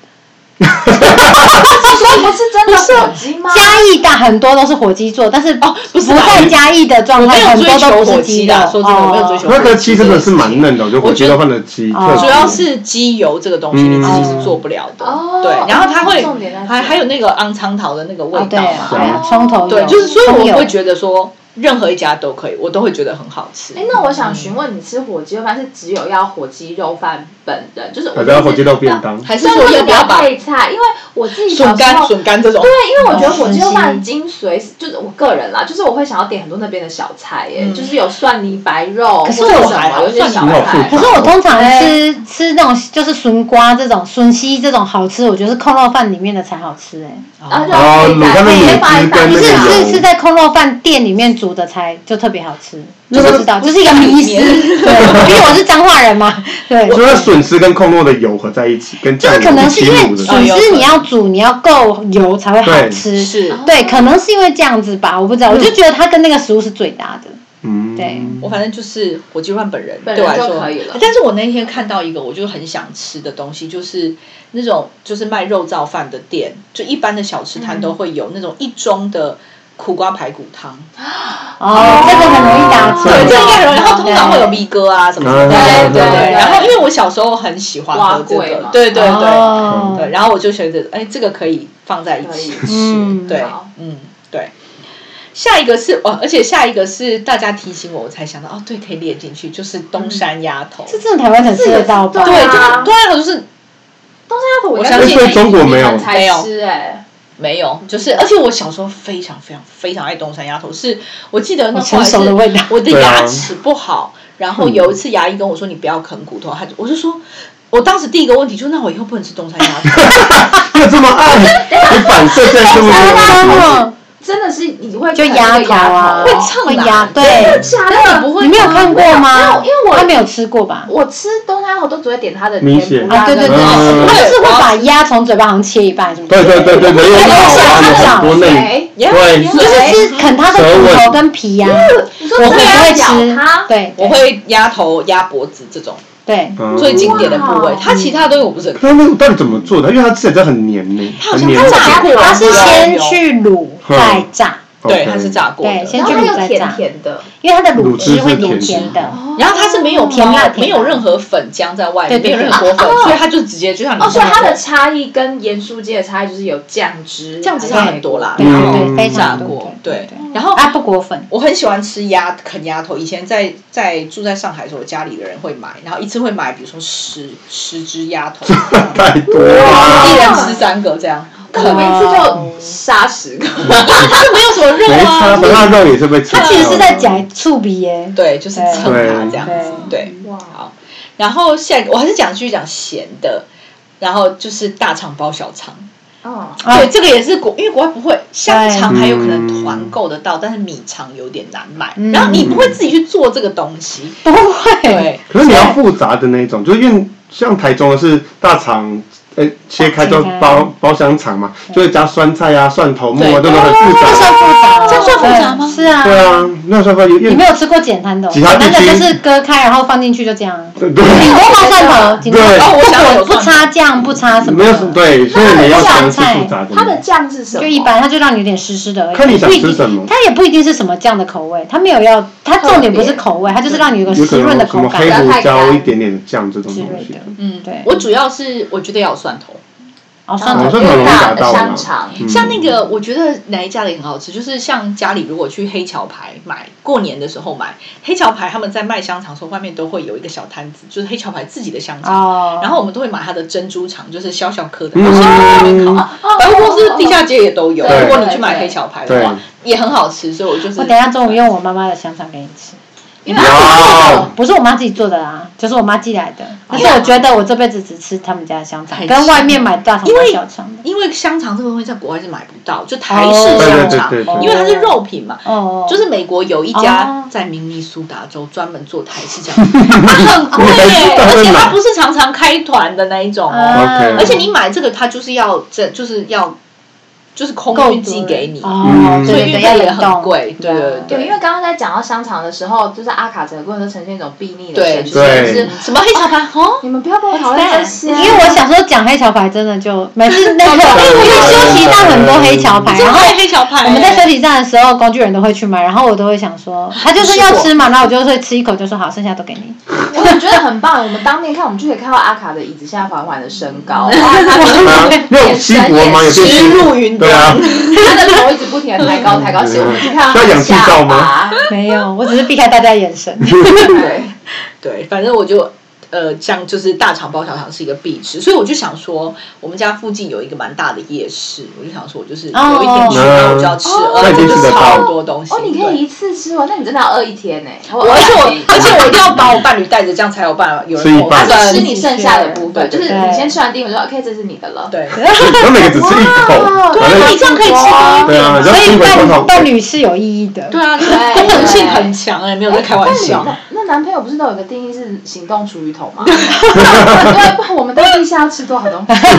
B: 的。
A: 所以不是真的火鸡吗？
B: 嘉义大很多都是火鸡做，但是
D: 哦不是
B: 不
D: 啦
B: 在嘉义的状态，
D: 我
B: 很
D: 没
B: 多
D: 有追求
B: 都不
D: 火
B: 是
D: 鸡
B: 鸡
D: 啦
B: 肉。
D: 说真的我没有追求
B: 哦
C: 那个鸡真的是蛮嫩的，我觉得火鸡肉饭的鸡
B: 我觉得
C: 特
D: 主
C: 别
D: 要是鸡油这个东西你自己是做不了的，
A: 哦
D: 对。然后它会
A: 重点在这
D: 还还有那个昂苍桃的那个味
B: 哦，对
D: 道嘛，
C: 对
B: 啊，葱头
D: 对，
B: 油
D: 就是所以
B: 葱
D: 我
B: 油
D: 会觉得说任何一家都可以，我都会觉得很好吃
A: 哎。，那我想询问，你吃火鸡肉饭是只有要火鸡肉饭本人，就是我
C: 还是要火鸡肉便当，
D: 还是
A: 但
D: 说
A: 我
D: 要
A: 有
D: 不要把
A: 配菜，因为我自己小
D: 笋
A: 时
D: 干
A: 候
D: 笋干这种
A: 对，因为我觉得火鸡肉饭的精髓是就是我个人啦，就是我会想要点很多那边的小菜耶，
D: 嗯
A: 就是有蒜泥白肉，
B: 可是
A: 或者
B: 我
A: 什
D: 还
A: 么
D: 好
A: 有些小
C: 蒜泥好
A: 菜
C: 复
B: 可
C: 杂，
B: 是我通常
D: 哎
B: 吃吃那种就是笋瓜这种笋西这种好吃，我觉得是空肉饭里面的才好吃哎、
A: 然后就
C: 哦卤它的
A: 可以
C: 米
A: 放一半
C: 汁跟
B: 不是
C: 那个
A: 这样
C: 油
B: 是是在空肉饭店里面煮的才就特别好吃，
C: 那
B: 就
C: 个
B: 不知道就是一个迷思， 对，因为我是彰化人嘛，对。
C: 就是笋丝跟控肉的油合在一起，跟
B: 就
C: 酱
B: 是
C: 油
B: 可能
C: 一
B: 是
C: 起
B: 因
C: 卤
B: 为哦
C: 的。
B: 笋丝你要煮，你要够油才会好吃。
D: 是哦
B: 对，嗯可能是因为这样子吧，我不知道，我就觉得它跟那个食物是最搭的。
C: 嗯，
B: 对
D: 我反正就是火鸡饭本人，
A: 本
D: 对我
A: 人
D: 来
A: 就
D: 说
A: 可以了
D: 但是我那天看到一个，我就很想吃的东西，就是那种就是卖肉燥饭的店，就一般的小吃摊都会有那种一盅的苦瓜排骨汤，
B: 哦，这个很容易搭
A: 对
B: 成。
D: 对，这应该很容易。
A: 对
D: 然后通常会有米哥啊什么什么的，
C: 对
D: 对
C: 对
A: 对
D: 然后因为我小时候很喜欢喝这
A: 蛙桂
D: 个
A: 嘛，
D: 对对对
B: 哦
D: 对，然后我就觉得哎，这个可以放在一起
A: 可以
D: 吃，
B: 嗯
D: 对
A: 好，
D: 嗯，对。下一个是哦，而且下一个是大家提醒我，我才想到哦，对，可以列进去，就是东山鸭头。
B: 这真的台湾才吃得到吧？
A: 这
D: 对，
A: 个
D: 就
A: 啊
D: 是对啊，就是
A: 东山鸭头，我
D: 我相信
C: 所以中国没有
A: 才吃哎，
D: 没有，就是而且我小时候非常非常非常爱东山鸭头，是我记得那
B: 好成
D: 后来是
B: 熟的味道。
D: 我的
C: 对啊
D: 牙齿不好，然后有一次牙医跟我说你不要啃骨头，他就我就说。我当时第一个问题就是，那我以后不能吃东山鸭头，
C: 又这么爱，你反射在这么多。
A: 真的是你会
B: 哦就
A: 啃
B: 鸭
A: 那个
B: 头
A: 牙
B: 啊，
A: 头
D: 呛
B: 会
D: 奶
B: 鸭，
A: 真
B: 对
A: 的，假
D: 那你
A: 的？
D: 不会
B: 你没有看过
A: 没有
B: 吗？
A: 因为我
B: 他没有吃过吧？
A: 我吃东山鸭头都只会点它的
C: 米
A: 甜
C: 血
A: 不辣
B: 啊，对对
A: 跟
B: 对，
C: 嗯
B: 他就是会把鸭从嘴巴好像切一半什么的，
C: 对对对对对，有很多内，
A: 水
D: 也
C: 对，
B: 你 就是吃啃它的骨头跟皮呀，
D: 嗯
A: 你说
B: 我
A: 这
B: 会不
A: 样
B: 会
A: 咬
B: 吃
A: 它？，
B: 对，
D: 我会压头、压脖子这种
B: 对，
D: 最经典的部位
A: 哇，
D: 它其他的东西我不是很。
C: 那那个到底怎么嗯做的？因为它吃起来真的很黏呢，很黏。
B: 它是
D: 炸过
B: 它是
D: 对
C: 嗯
B: 先去卤再炸，
D: 对，
C: OK
D: 它是炸过的
B: 对。先
A: 然后
B: 这
A: 它
B: 样
A: 又
B: 再炸
A: 甜甜的，
B: 因为它的
C: 卤
B: 卤
C: 汁
B: 汁
C: 是
B: 会甜
C: 甜
B: 甜的，
D: 然后它是没有
B: 哦甜辣
D: 包
B: 甜
D: 没有任何粉浆在外面，
B: 对
D: 没有
B: 对啊
D: 任何果粉
A: 对，
D: 所以它就直接就像你
A: 哦，所以它
D: 说
A: 的差异跟盐酥鸡的差异就是有酱汁，
D: 酱汁差很多啦
A: 对
B: 对对，
C: 嗯
B: 非
D: 炸
B: 常
D: 过
B: 多，，
D: 对
B: 对。
D: 然后
B: 啊，不裹粉，
D: 我很喜欢吃鸭啃鸭头，以前在在住在上海的时候，我家里的人会买，然后一次会买，比如说十十只鸭头，
C: 太多了，
D: 一人吃三个这样，
B: 哦
A: 可
D: 啃
A: 能
D: 没
A: 一次就杀十个，
D: 有什么肉
C: 没差，
D: 啊，
C: 不然肉也是被吃掉
B: 它
C: 的。
B: 其实是在讲醋鼻耶，
D: 对，就是蹭它
C: 对
D: 这样子，对。
A: 哇，
D: 好，然后下一个我还是讲继续讲咸的，然后就是大肠包小肠，
A: 哦，
B: 啊
D: 对，这个也是国，因为国外不会香肠
C: 对
D: 还有可能团购得到，但是米肠有点难买，
B: 嗯
D: 然后你不会自己去做这个东西，
B: 啊不会，
D: 对，
C: 可是你要复杂的那一种，就是因为像台中的是大肠，呃，切开就包包香肠嘛，就会加酸菜啊、蒜头末啊，这
D: 对
C: 种很复
B: 这算
C: 杂。
B: 复杂，
D: 这样算复杂吗
B: 对是啊，
C: 对啊，那时候有
B: 你
C: 因
B: 没
C: 为
B: 有吃过简单的哦，
C: 其
B: 简
C: 他地
B: 单的
C: 区
B: 就是割开然后放进去就这样啊。
C: 对
B: 顶多放蒜头，顶多
C: 对
D: 哦我想到有
B: 不不
D: 蒜头
B: 擦酱，不擦什么
C: 没有
B: 的，
C: 对，所以你要尝试
B: 它的
C: 复杂的。
A: 它的酱是什么？
B: 就一般，它就让你有点湿湿的而已。
C: 看你想
B: 不一定
C: 吃什么
B: 它也不一定是什么酱的口味，它没有要，它重点不是口味，它就是让你有个
C: 有可
B: 湿润的
C: 能什
B: 口
C: 么黑
B: 感
C: 胡椒一点点酱这种
B: 之
C: 东
B: 类
C: 西
B: 的，。
D: 嗯，
B: 对
D: 我主要是我觉得要有蒜头，
B: 哦，蒜
A: 然后
C: 哦
B: 头
C: 蒜头
A: 又
C: 容易
A: 大
C: 达
A: 的
C: 到啦
A: 香肠，
C: 嗯
D: 像那个我觉得哪一家的也很好吃，就是像家里如果去黑桥牌买，过年的时候买黑桥牌，他们在卖香肠的时候，外面都会有一个小摊子，就是黑桥牌自己的香肠。
B: 哦，
D: 然后我们都会买它的珍珠肠，就是小小颗的，
C: 嗯
D: 然后下面烤啊，百货公司地下街也都有。
A: 对
D: 如果你去买黑桥牌的话，也很好吃，所以我就是
B: 我等一下中午用我妈妈的香肠给你吃，
A: 因为
C: 哇，
B: 不是我妈自己做的啊，就是我妈寄来的。但是我觉得我这辈子只吃他们家的香肠，
D: 很
B: 跟
D: 香
B: 外面买大肠
D: 因
B: 包
D: 为
B: 小肠的。
D: 因为香肠这个东西在国外是买不到，就台式
B: 哦对
D: 香
B: 对
D: 肠
C: 对对，对
D: 因为它是肉品嘛，
B: 哦，哦
D: 就是美国有一家
B: 哦
D: 在明尼苏达州专门做台式 香肠，它很贵耶，
C: 你还
D: 而
C: 知道在
D: 且
C: 哪
D: 它不是常常开团的那一种哦，
B: 啊
C: OK
D: 而且你买这个它就是要这就是要就是空
B: 够
D: 运寄给你，
B: 哦，
C: 嗯
B: 对
D: 所以
B: 对
D: 运
B: 对，
D: 费
B: 要
D: 也
B: 冷
D: 很
B: 冻，
D: 贵，对对
A: 对，因
D: 对
A: 为。刚刚在讲到香肠的时候，就是阿卡整个人都呈现一种避逆的
D: 对
A: 情绪，就是
C: 对
D: 什么黑小盘哦，
A: 你们不要跟我讨论这些，啊
B: 因为 我小时候讲黑桥牌真的就每次那个，
D: 对
B: 因为休息站很多黑桥牌，
D: 这
B: 然后
D: 么黑小盘，
B: 我们在休息站的时候，工具人都会去买，然后我都会想说，他就说要吃嘛，然后我就会吃一口，就说好，剩下都给你。
A: 我觉得很棒。我们当面看，我们就可以看到阿卡的椅子下缓缓的升 高，
C: 对啊，那种西伯嘛，有些
D: 直
C: 西
D: 入云端
C: 对啊，
A: 他的头一直不停的抬高抬高，其实我们就看到 他
C: 需要
A: 的
C: 氧气
A: 下
C: 罩
A: 巴
C: 吗。
B: 没有，我只是避开大家的眼神。
A: 对，
D: 对，反正我就呃，像就是大肠包小肠是一个必吃，所以我就想说，我们家附近有一个蛮大的夜市，我就想说，我就是有一天去，
C: 哦
D: 然后我就要吃，
A: 哦
D: 而
C: 那
D: 且
C: 一定吃
D: 就是
C: 得到
D: 超多东西。
A: 哦，你可以
D: 对。
A: 一次吃完，那你真的要饿一天呢。 我
D: 我而且我，而且我一定要
A: 包。
D: 把我伴侣带着，这样才有办法有
C: 吃
D: 人
C: 一
D: 我
C: 半
A: 他就吃
D: 分。
A: 你剩下的部分，就
D: 对
A: 是
D: 对
A: 你先吃完第一口就说 OK，这是你的 了。
D: 对，
C: 我每个只吃一口，反
D: 对啊，你
C: 正
D: 这样可以吃多一
C: 对啊，然
D: 点。
B: 所
C: 后吃
B: 以
C: 一回通
B: 伴
C: 常
B: 伴侣是有意义的。
D: 对啊，你
A: 对
D: 的功能性很强哎，没有在开玩笑
A: 那。 那男朋友不是都有个定义是行动厨余桶 吗？对，不然我们到地下要吃多少东西啊？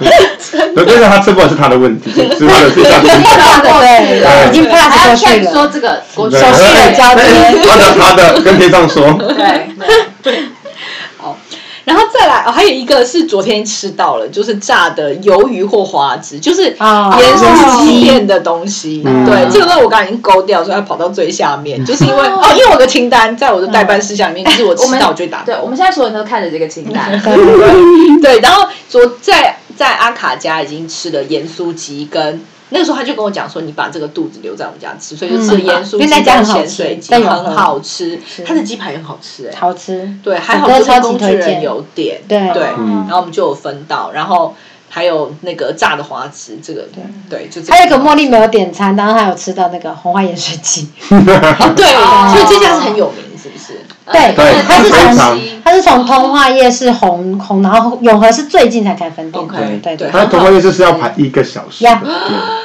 C: 对，就是他吃不完是他的问 题，吃完了是他的
A: 对
C: 问
A: 不
C: 题。
A: 对
B: 对已经 pass
A: 还要
B: 过去了
A: 劝说这个国
C: 对
A: 手续
B: 有交接
C: 按照他的跟贴上 说，
A: 对，
D: 然后再来哦，还有一个是昨天吃到了，就是炸的鱿鱼或花枝，就是盐
B: 啊
D: 酥鸡店的东西。
C: 嗯
D: 对，这个东西我刚才已经勾掉，所以它跑到最下面，就是因为哦，因为我的清单在我的代办事项里面，就是我
A: 我
D: 吃
A: 们
D: 到我就会打勾
A: 对，我们现在所有人都看着这个清单。
D: 对，然后昨在在阿卡家已经吃了盐酥鸡跟。那个时候他就跟我讲说，你把这个肚子留在我们家吃，所以就吃了
B: 嗯
D: 盐酥
B: 因为那
D: 鸡
B: 家
D: 跟
B: 很好
D: 咸
B: 吃
D: 水鸡，
B: 在永和
D: 很好吃
B: 是。
D: 他的鸡排也很好吃哎、
B: 好吃，
D: 对，还好
B: 我哥
D: 就是
B: 超级
D: 工具
B: 推
D: 人
B: 荐
D: 有点，
B: 对
D: 对，
C: 嗯
D: 然后我们就有分到，然后还有那个炸的花枝，这个对就这
B: 还有一个茉莉没有点餐，然后还有吃到那个红花盐水鸡，
D: 哦，对，
A: 哦
D: 所以这家是很有名，是不是？
B: 对
C: 对
A: 呃他
B: 它是
C: 非
A: 东
C: 常
A: 西，
B: 它是从通化夜市红红，然后永和是最近才开分店
D: OK，
B: 的，对
D: 对
B: 对，
C: 他的头发夜市是要排一个小时的，
B: 呀
C: 对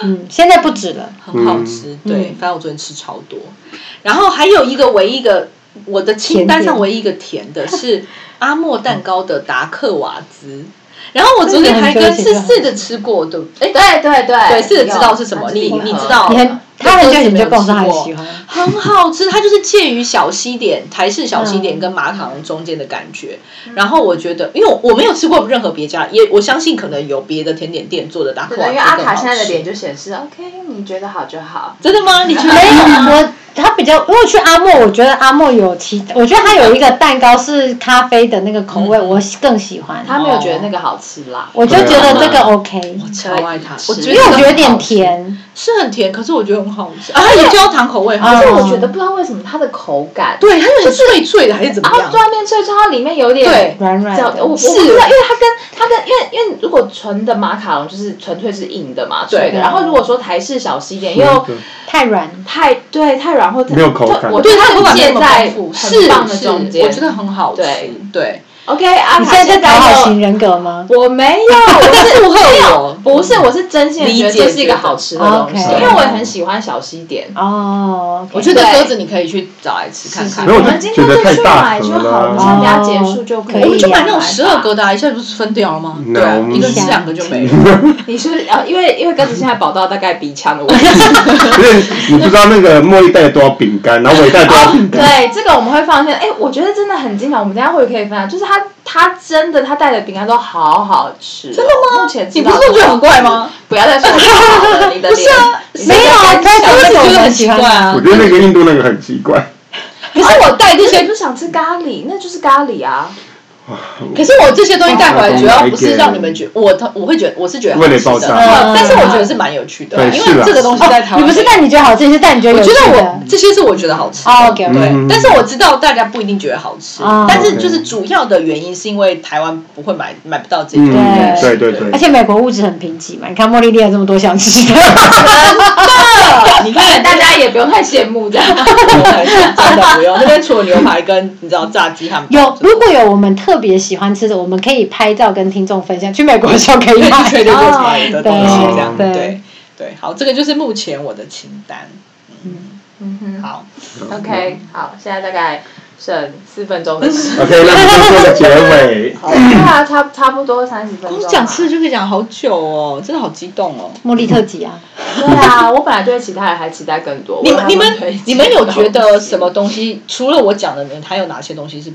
B: 嗯，现在不止了，
D: 很好吃，对，
B: 嗯
D: 反正我昨天吃超多。然后还有一个唯一一个我的清单上唯一一个甜的是阿莫蛋糕的达克瓦兹，然后我昨天还跟是试着吃过，对不对？哎，
A: 对对对，
D: 对，试着知道是什么，
A: 有
D: 你
A: 它是
D: 你
A: 一盒
D: 知道
B: 你很他很喜欢，你就
D: 我
B: 跟我
D: 没
B: 说他
D: 有吃
B: 很
D: 过
B: 喜欢。
D: 很好吃，它就是介于小西点、台式小西点跟马卡龙中间的感觉。然后我觉得，因为我我没有吃过任何别家，也我相信可能有别的甜点店做的达克
A: 对
D: 瓦
A: 的，
D: 兹
A: 因为阿
D: 更
A: 卡
D: 好
A: 现在的
D: 吃哦
A: 脸就显示 OK，你觉得好就好。
D: 真的吗？你觉 得？
B: 没有，我他比较，因为去阿莫，我觉得阿莫有其，我觉得他有一个蛋糕是咖啡的那个口
D: 嗯
B: 味，我更喜欢。
A: 他没有觉得那个好吃啦。
B: 我就觉得这个 OK，
D: 啊我超爱它，
A: 吃
D: 我觉
B: 因
D: 得
B: 为我觉得有
D: 很
B: 点
D: 好吃，
B: 甜，
D: 是很甜，可是我觉得很好吃啊！它有焦糖口味，好
A: 但
D: 吃
A: 是
B: 嗯
A: 我觉得不知道为什么它的口感，
D: 对，它有点脆脆的，还是怎
A: 然
D: 么
A: 后
D: 样？
A: 外面脆脆，它里面有点
D: 对
B: 软软
A: 叫我我
B: 的
A: 不。知道，因为它跟它跟因为因为如果纯的马卡龙就是纯粹是硬的嘛，
D: 对
A: 脆的。然后如果说台式小西点又
B: 太软，
A: 太对太软或太
C: 没有口感
A: 我
D: 对，它的口感没
A: 介
D: 有那么
A: 在
D: 丰富，
A: 很
D: 是
A: 棒的
D: 是
A: 中间，
D: 我觉得很好吃
A: 对。
D: 对，
A: OK 阿
B: 你
A: 卡
B: 现在在讨好
A: 又
B: 型人格吗？
A: 我没有，我是
D: 附和
A: 没有
D: 我，
A: 不是，我是真心的觉得
D: 理解
A: 这是一个好吃的东西，
B: 觉得
A: 因为我也很喜欢小西点。
B: 哦，
D: 我觉得
A: 对
D: 鸽子你可以去找来吃看看
C: 没。有
A: 我
C: 我
A: 们
C: 就
A: 今天
C: 觉得
A: 就
C: 太
A: 去
C: 大
A: 买
C: 盒
A: 就
C: 了
A: 好了，
C: 啊
A: 参加结束就可以。
B: 哦
D: 我们就买
B: 一
D: 那
B: 样
D: 种十二个的啊，一下不是分掉了吗？对啊，
C: No
D: 一个吃两个就没了。
A: 你是不是啊？因为因为鸽子现在饱到大概鼻腔的位置。
C: 而且你不知道那个茉莉带了多少饼干，然后我也带了多少 饼干。
A: 对，这个我们会放线。哎，我觉得真的很精彩，我们等一下会可以分享。啊就是它它真的它带的饼干都好好吃哦，真的吗？目前知
D: 你不
A: 道
D: 是
A: 的
D: 觉得很怪吗？
A: 不要再说我了，你的
D: 不是啊
A: 脸
B: 没有啊，他
D: 我
B: 就是
D: 觉
B: 我
D: 得
B: 很
D: 很
B: 喜
D: 奇
B: 欢
D: 怪
B: 啊。
D: 啊
C: 我。觉得那个印度那个很奇怪，
D: 可是我带这
A: 谁
D: 些，
A: 不想吃咖喱？那就是咖喱啊。
D: 可是我这些东西带回来，主要不是让你们觉，我我会觉得我是觉得好吃的
C: 为了爆炸
D: 嗯但是我觉得是蛮有趣的，
C: 对
D: 因
C: 是
D: 为
C: 啊
D: 这个东西在台
B: 哦你
D: 湾，
B: 不是但你觉得好吃，是但你觉得
D: 我
B: 有
D: 觉
B: 趣
D: 得我
B: 的。
D: 这些是我觉得好吃的。
B: 哦，OK，
D: 对
B: 对，
C: 嗯，
D: 但是我知道大家不一定觉得好吃
B: 哦，
D: 但是就是主要的原因是因为台湾不会买买不到这些
C: 嗯
D: 东西，
C: 对对对
B: 而且美国物质很贫瘠嘛，你看茉莉店有这么多想 吃的，
D: 你
A: 对，
D: 看
A: 大家也不用太羡慕这样。
D: 真的不用，那边除了牛排跟你知道炸鸡汉堡，
B: 有如果有我们特别喜欢吃的，我们可以拍照跟听众分享。去美国的时候可以
D: 可以
B: 买
D: 去。吹对做什么的东西这样，
B: 对
D: 对对，好，这个就是目前我的清单。
A: 嗯哼。
D: 好，嗯
A: OK，好，现在大概剩四分钟的时间，
C: OK，那我们就做个结尾。
A: 对啊，差差不多三十分钟
D: 光
A: 吧。
D: 讲吃就可以讲好久哦，真的好激动哦。
B: 茉莉特辑啊，
A: 对啊，我本来对其他人还期待更多。
D: 你
A: 我
D: 们
A: 让
D: 你
A: 他
D: 们
A: 推荐
D: 你们有觉得什么？东西？除了我讲的，你们还有哪些东西是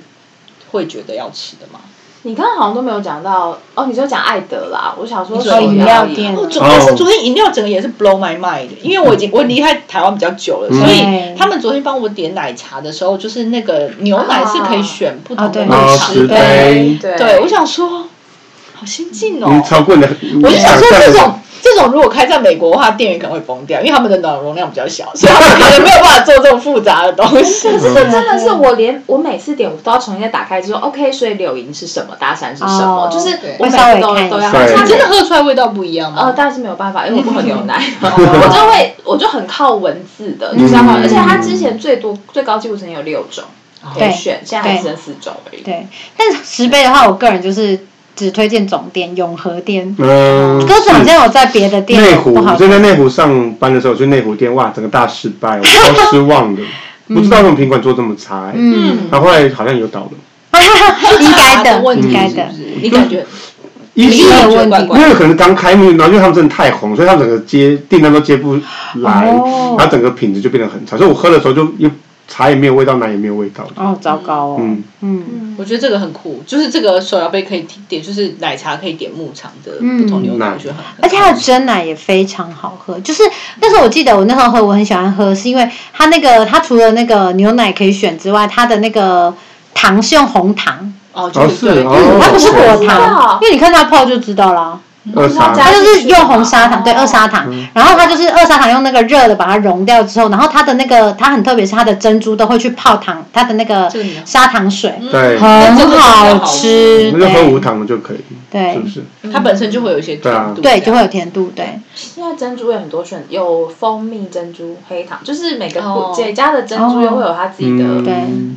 D: 会觉得要吃的吗？
A: 你刚刚好像都没有讲到哦，你就讲艾德啦。我想说
D: 你说
A: 手啊
B: 饮料店
D: 哦，昨
C: 哦
D: 但是昨天饮料整个也是 blow my mind，因为我已经我离开台湾比较久了，所以
B: 嗯
D: 他们昨天帮我点奶茶的时候，就是那个牛奶是可以选不同
B: 啊
D: 的奶
B: 对
C: 然后
D: 茶
C: 十杯，
A: 对
D: 对，我想说，好先进
C: 嗯，
D: 哦！
C: 超过你的，
D: 我
C: 我
D: 就想说，这种这种如果开在美国的话，店员可能会崩掉，因为他们的脑容量比较小，所以他们 可能没有办法做这种复杂的东西。
C: 嗯
A: 这个真的是我连我每次点我都要重新再打开，就说 OK，所以柳营是什么，搭讪是什么，
B: 哦
A: 就是
D: 对
A: 我每
B: 会稍
A: 次
B: 微
A: 都
B: 看一下
A: 都要。
C: 对
A: 像
D: 你真的喝出来味道不一样
A: 呃，
B: 哦
D: 吗？
A: 但是没有办法，因为我不喝牛 奶，我就会我就很靠文字的，就是要靠，
C: 嗯
A: 而且它之前最多最高纪录层有六种可以
B: 哦对
A: 选，现在还剩四种而已。
B: 对。但是十杯的话，我个人就是只推荐总店永和店，
C: 嗯，
B: 鸽子好像有在别的店
C: 内湖，
B: 不好
C: 我
B: 吃
C: 就在内湖上班的时候去内湖店，哇，整个大失 败，我超失望的，不知道为什么品管做这么差、欸。
B: 嗯，
C: 然后后来好像有倒了，
B: 应该
D: 的
C: 嗯
B: 的，
D: 问
B: 应
D: 题
B: 该
D: 是
B: 的
D: 不。是？你感觉
C: 一
B: 你
C: 是
B: 也有问
D: 怪
B: 题
D: 怪
C: 因为可能刚开幕，然后因为他们真的太红，所以他们整个接订单都接不来，啊
B: 哦
C: 然后整个品质就变得很差。所以我喝的时候就又茶也没有
B: 嗯
C: 味道，奶也没有味道。
B: 哦，糟糕哦，
C: 嗯
B: 嗯，
D: 我觉得这个很酷，就是这个手摇杯可以点，就是奶茶可以点牧场的
B: 嗯
D: 不同牛奶，
C: 奶
D: 我觉得很酷。
B: 而且它的真奶也非常好喝，就是那时候我记得我那时候喝我很喜欢喝，是因为它那个它除了那个牛奶可以选之外，它的那个糖是用红糖，
D: 哦，
C: 哦
D: 就是是对，
C: 哦
B: 它不是果
A: 我知
B: 糖
A: 道，
B: 因为你看它泡就知道啦。
C: 二
A: 那加
B: 它
C: 三，
B: 就是用红砂糖，对，
C: 嗯
A: 哦
B: 二砂糖，然后它就是二砂糖用那个热的把它融掉之后，然后它的那个它很特别，是它的珍珠都会去泡糖，它的那个
D: 这个你要
B: 砂糖水
C: 对，
B: 很好吃，
C: 那就喝无
B: 对
C: 糖的就可以，
B: 对
C: 是不是？
D: 它本身就会有一些
C: 对啊
D: 甜度这样，
B: 对，就会有甜度，对，
A: 现在珍珠有很多选，有蜂蜜珍珠、黑糖，就是每个
D: 哦
A: 姐家的珍珠又会有它自己
C: 嗯
A: 的
B: 对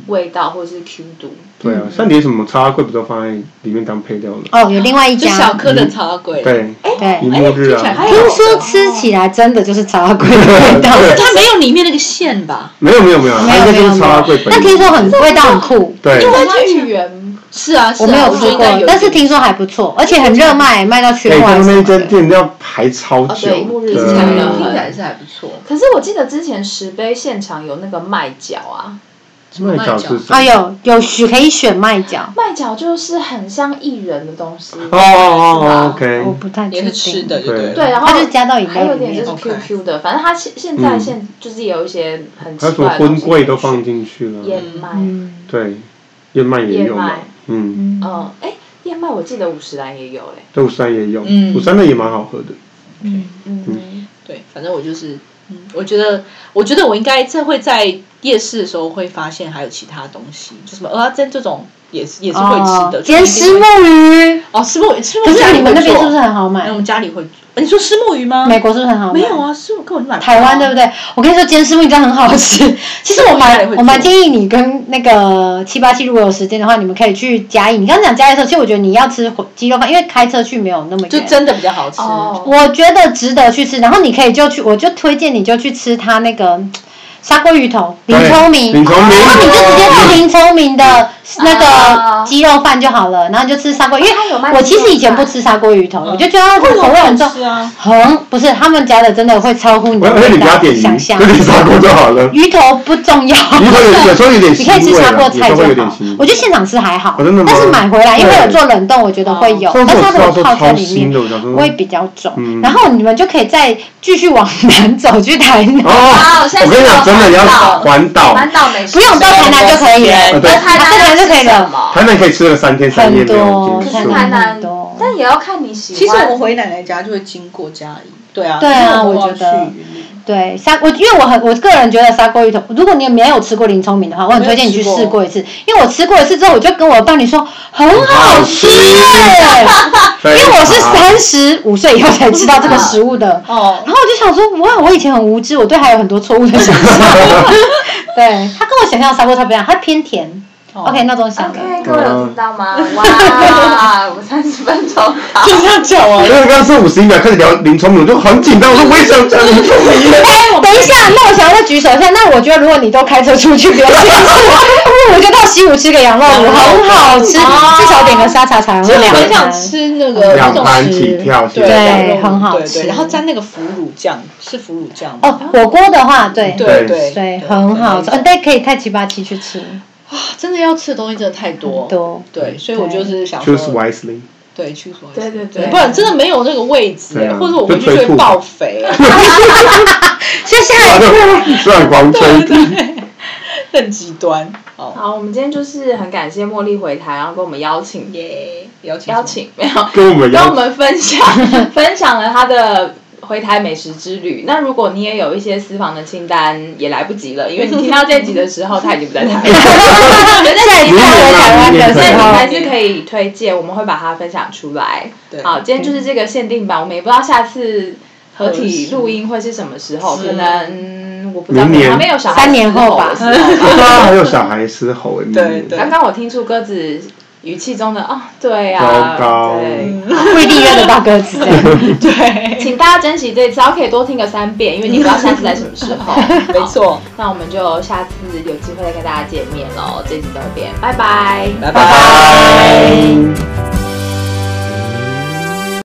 A: 味道或者是 Q 度。
C: 对啊，像连什么叉拉柜不都放在里面当配料了？
B: 哦，有另外一
D: 就小哎
B: 家，
D: 颗的茶龟贵了。
C: 嗯对，
B: 对哎
C: 一幕
A: 哎
C: 日
D: 听起来
C: 啊，
D: 还有
B: 听说吃起来真的就是茶花贵的味道。
D: 可是它没有里面那个馅吧？
C: 没有没有没有，
B: 没有
C: 那个
B: 没
C: 就
B: 有
C: 是
B: 没
C: 茶花桂
B: 有，
C: 本
B: 那
C: 人。
B: 听说很味道很酷，
C: 对，
A: 花去圆，
D: 是啊，是
B: 我
D: 啊，
B: 没有
D: 我
B: 吃
D: 觉
B: 过
D: 得有，
B: 但是
D: 点
B: 听说还不错，而且很热卖，卖到缺
C: 哎，
B: 坏
C: 他
B: 什
C: 们那
B: 么
C: 一间
B: 的。
C: 店要排超
A: 哦
C: 久
A: 对，木日
C: 对
A: 之
D: 听
A: 家的
D: 起来
A: 很
D: 听起来是还不错。
A: 可是我记得之前石碑现场有那个麦角啊，
C: 麦角是什么
B: 啊，有有许可以选麦角，
A: 麦角就是很像薏仁的东西。
C: 哦哦
A: 是吧
C: 哦，OK，
B: 我不太确
D: 也是吃
B: 定。
D: 的，就对了。
A: 对，然后
B: 它就加到饮料
A: 还有点
B: 里面
A: 就是
D: OK
A: QQ 的，反正它现现在
C: 嗯
A: 现就是也有一些很
C: 还
A: 奇
C: 有
A: 怪的东
C: 什么荤
A: 西
C: 桂都放进去了，
A: 燕麦，
B: 嗯
C: 对，燕麦也有
A: 燕
C: 嘛
A: 麦，
C: 嗯，
B: 嗯
D: 哦
A: 嗯，哎，燕麦我记得五十兰也有哎，
C: 对五山也有，
D: 嗯
C: 五山的也蛮好喝的，
B: 嗯，
A: 嗯，
D: 对，反正我就是，嗯，我觉得，我觉得我应该这会在夜市的时候会发现还有其他东西，就什么蚵仔煎这种也是也是会吃的。
B: 哦煎石木鱼，
D: 哦，石木鱼，石木
B: 可
D: 鱼家
B: 是
D: 里
B: 你们那边是不是
D: 会
B: 很好
D: 做哎
B: 买
D: 我？们家里会，你说石木鱼吗？
B: 美国是不是很好买？
D: 没有啊，石木根本就买不到啊
B: 台湾对不？对？我跟你说，煎石木鱼真的很好 吃。其实我
D: 我家也
B: 蛮
D: 会做
B: 我蛮建议你跟那个七八七，如果有时间的话，你们可以去嘉义。你刚刚讲嘉义的时候，其实我觉得你要吃火鸡肉饭，因为开车去没有那么远。
D: 就真的比较好吃。
A: 哦，
B: 我觉得值得去吃，然后你可以就去，我就推荐你就去吃他那个嗯砂锅鱼头林聪明，
C: 哎
B: 哦
C: 对林聪明
B: 然啊后你就直接吃林聪明的那个
A: 啊
B: 鸡肉饭就好了，然后你就吃砂锅，因为
A: 他有卖
B: 我其
A: 鸡肉
B: 实以前不
A: 饭
B: 吃砂锅鱼头，
D: 嗯
B: 我就觉得它口味很重，
D: 吃啊？
B: 很不是他们家的真的会超乎你
C: 而
B: 的
C: 而且
B: 味
C: 哎你不要
B: 道
C: 点鱼，
B: 想象
C: 就，点砂锅就好了。
B: 鱼头不重要。
C: 鱼头有有时候有点
B: 你
C: 腥
B: 可以吃
C: 味
B: 砂
C: 啦
B: 锅
C: 有
B: 菜
C: 时
B: 就
C: 候会有点
B: 好，
C: 腥。
B: 我觉得现场吃还好，
C: 哦真的吗
B: 但是买回来，因为
C: 对
B: 有做冷冻，我觉得会有，
C: 上
B: 但
C: 次
B: 是
C: 我
B: 它
C: 吃
B: 的
C: 到说
B: 泡在
C: 超
B: 里
C: 腥
B: 面
C: 的，我想说，
B: 会比较重。
C: 嗯
B: 然后你们就可以再继续往南走去台南，
C: 哦
A: 好，现在
C: 我跟你讲，
A: 是
C: 真的你要环岛，
A: 环岛美食，
B: 不用到台南就可以
D: 哦
B: 了，
C: 对
A: 那台
B: 到台南
A: 南
B: 就可以
A: 吃什
B: 了。
A: 么？
C: 台南可以吃个三天三夜没有
B: 很
C: 结
A: 可
B: 多
A: 是
C: 束。
A: 台南
B: 很多，
A: 但也要看你喜欢。
D: 其实我们回奶奶家就会经过嘉义，对啊，
B: 对啊
D: 因为们
B: 我觉得
D: 去云林
B: 对砂我因为我很我个人觉得砂锅鱼头，如果你没有吃过林聪明的话，我很推荐你去试过一次，因为我吃过一次之后，我就跟我伴侣说很好吃耶，
C: 因
B: 因为我是三十五岁以后才吃到这个食物的。
D: 哦，
B: 然后我就想说，哇，我以前很无知，我对它有很多错误的想象。对，它跟我想象的砂锅菜不一样，它偏甜。
D: 哦
B: OK，闹钟响了。
A: OK，各位
C: 嗯
A: 有听到吗？哇，我三十分钟到。
D: 就这样讲啊
C: 因为刚刚是五十一秒开始聊林聪明，我就很紧张，我说我也想讲林聪明。
B: 哎，等一下，那我想要再举手一下。那我觉得，如果你都开车出去，不要先吃，不如我就到西湖吃个羊肉炉，很好吃，
A: 哦
B: 至少点个沙茶肠，
D: 其实我
B: 两
D: 很想
B: 盘。
D: 吃那个那
C: 两
D: 种
C: 盘起跳，
D: 对，
B: 对
D: 羊肉
B: 很好
D: 对对
B: 吃
D: 然后沾那个腐乳酱，是腐乳酱吗
B: 哦，火锅的话，对
D: 对
C: 对
B: 对，很好吃，呃
D: 对
B: 但可以太七八七去吃，
D: 哇，真的要吃的东西真的太多，
B: 多
D: 对，所以我就是想
C: 就是
D: 说，
C: wisely，
D: 对，去说，
A: 对对对
D: 不然真的没有那个位置
C: 对，啊
D: 或者我回去就
C: 就
D: 会
C: 催吐
D: 爆肥，
B: 谢谢。
C: 啊乱狂吹。
D: 这很极端哦，
A: 好，我们今天就是很感谢茉莉回台，然后跟我们邀请
D: 耶，邀请
A: 邀请没有
C: 跟我们
A: 跟我
C: 要
A: 们分享 分享了他的回台美食之旅。那如果你也有一些私房的清单，也来不及了，因为你听到这集的时候，他已经不在台湾了。
B: 下一次他回台湾的
A: 所以
B: 时
A: 你
B: 候，
A: 还是可以推荐，我们会把它分享出来。
D: 对
A: 好，今天就是这个限定版，我们也不知道下次合体录音会是什么时候，
D: 是
A: 可能嗯我不知道，
C: 明年
A: 旁边有小孩
B: 三年后吧
A: 之的时候
C: 啊，还有小孩狮吼哎，
D: 对对
A: 刚刚我听出鸽子语气中的啊，对啊，
C: 糟糕
A: 对。
B: 不一定约得到鸽子这样。
D: 对，
A: 请大家珍惜这次，然后可以多听个三遍，因为你不知道下次在什么时候。
D: 没错，
A: 那我们就下次有机会再跟大家见面喽，这集到这边，拜拜。
D: 拜拜
C: 拜。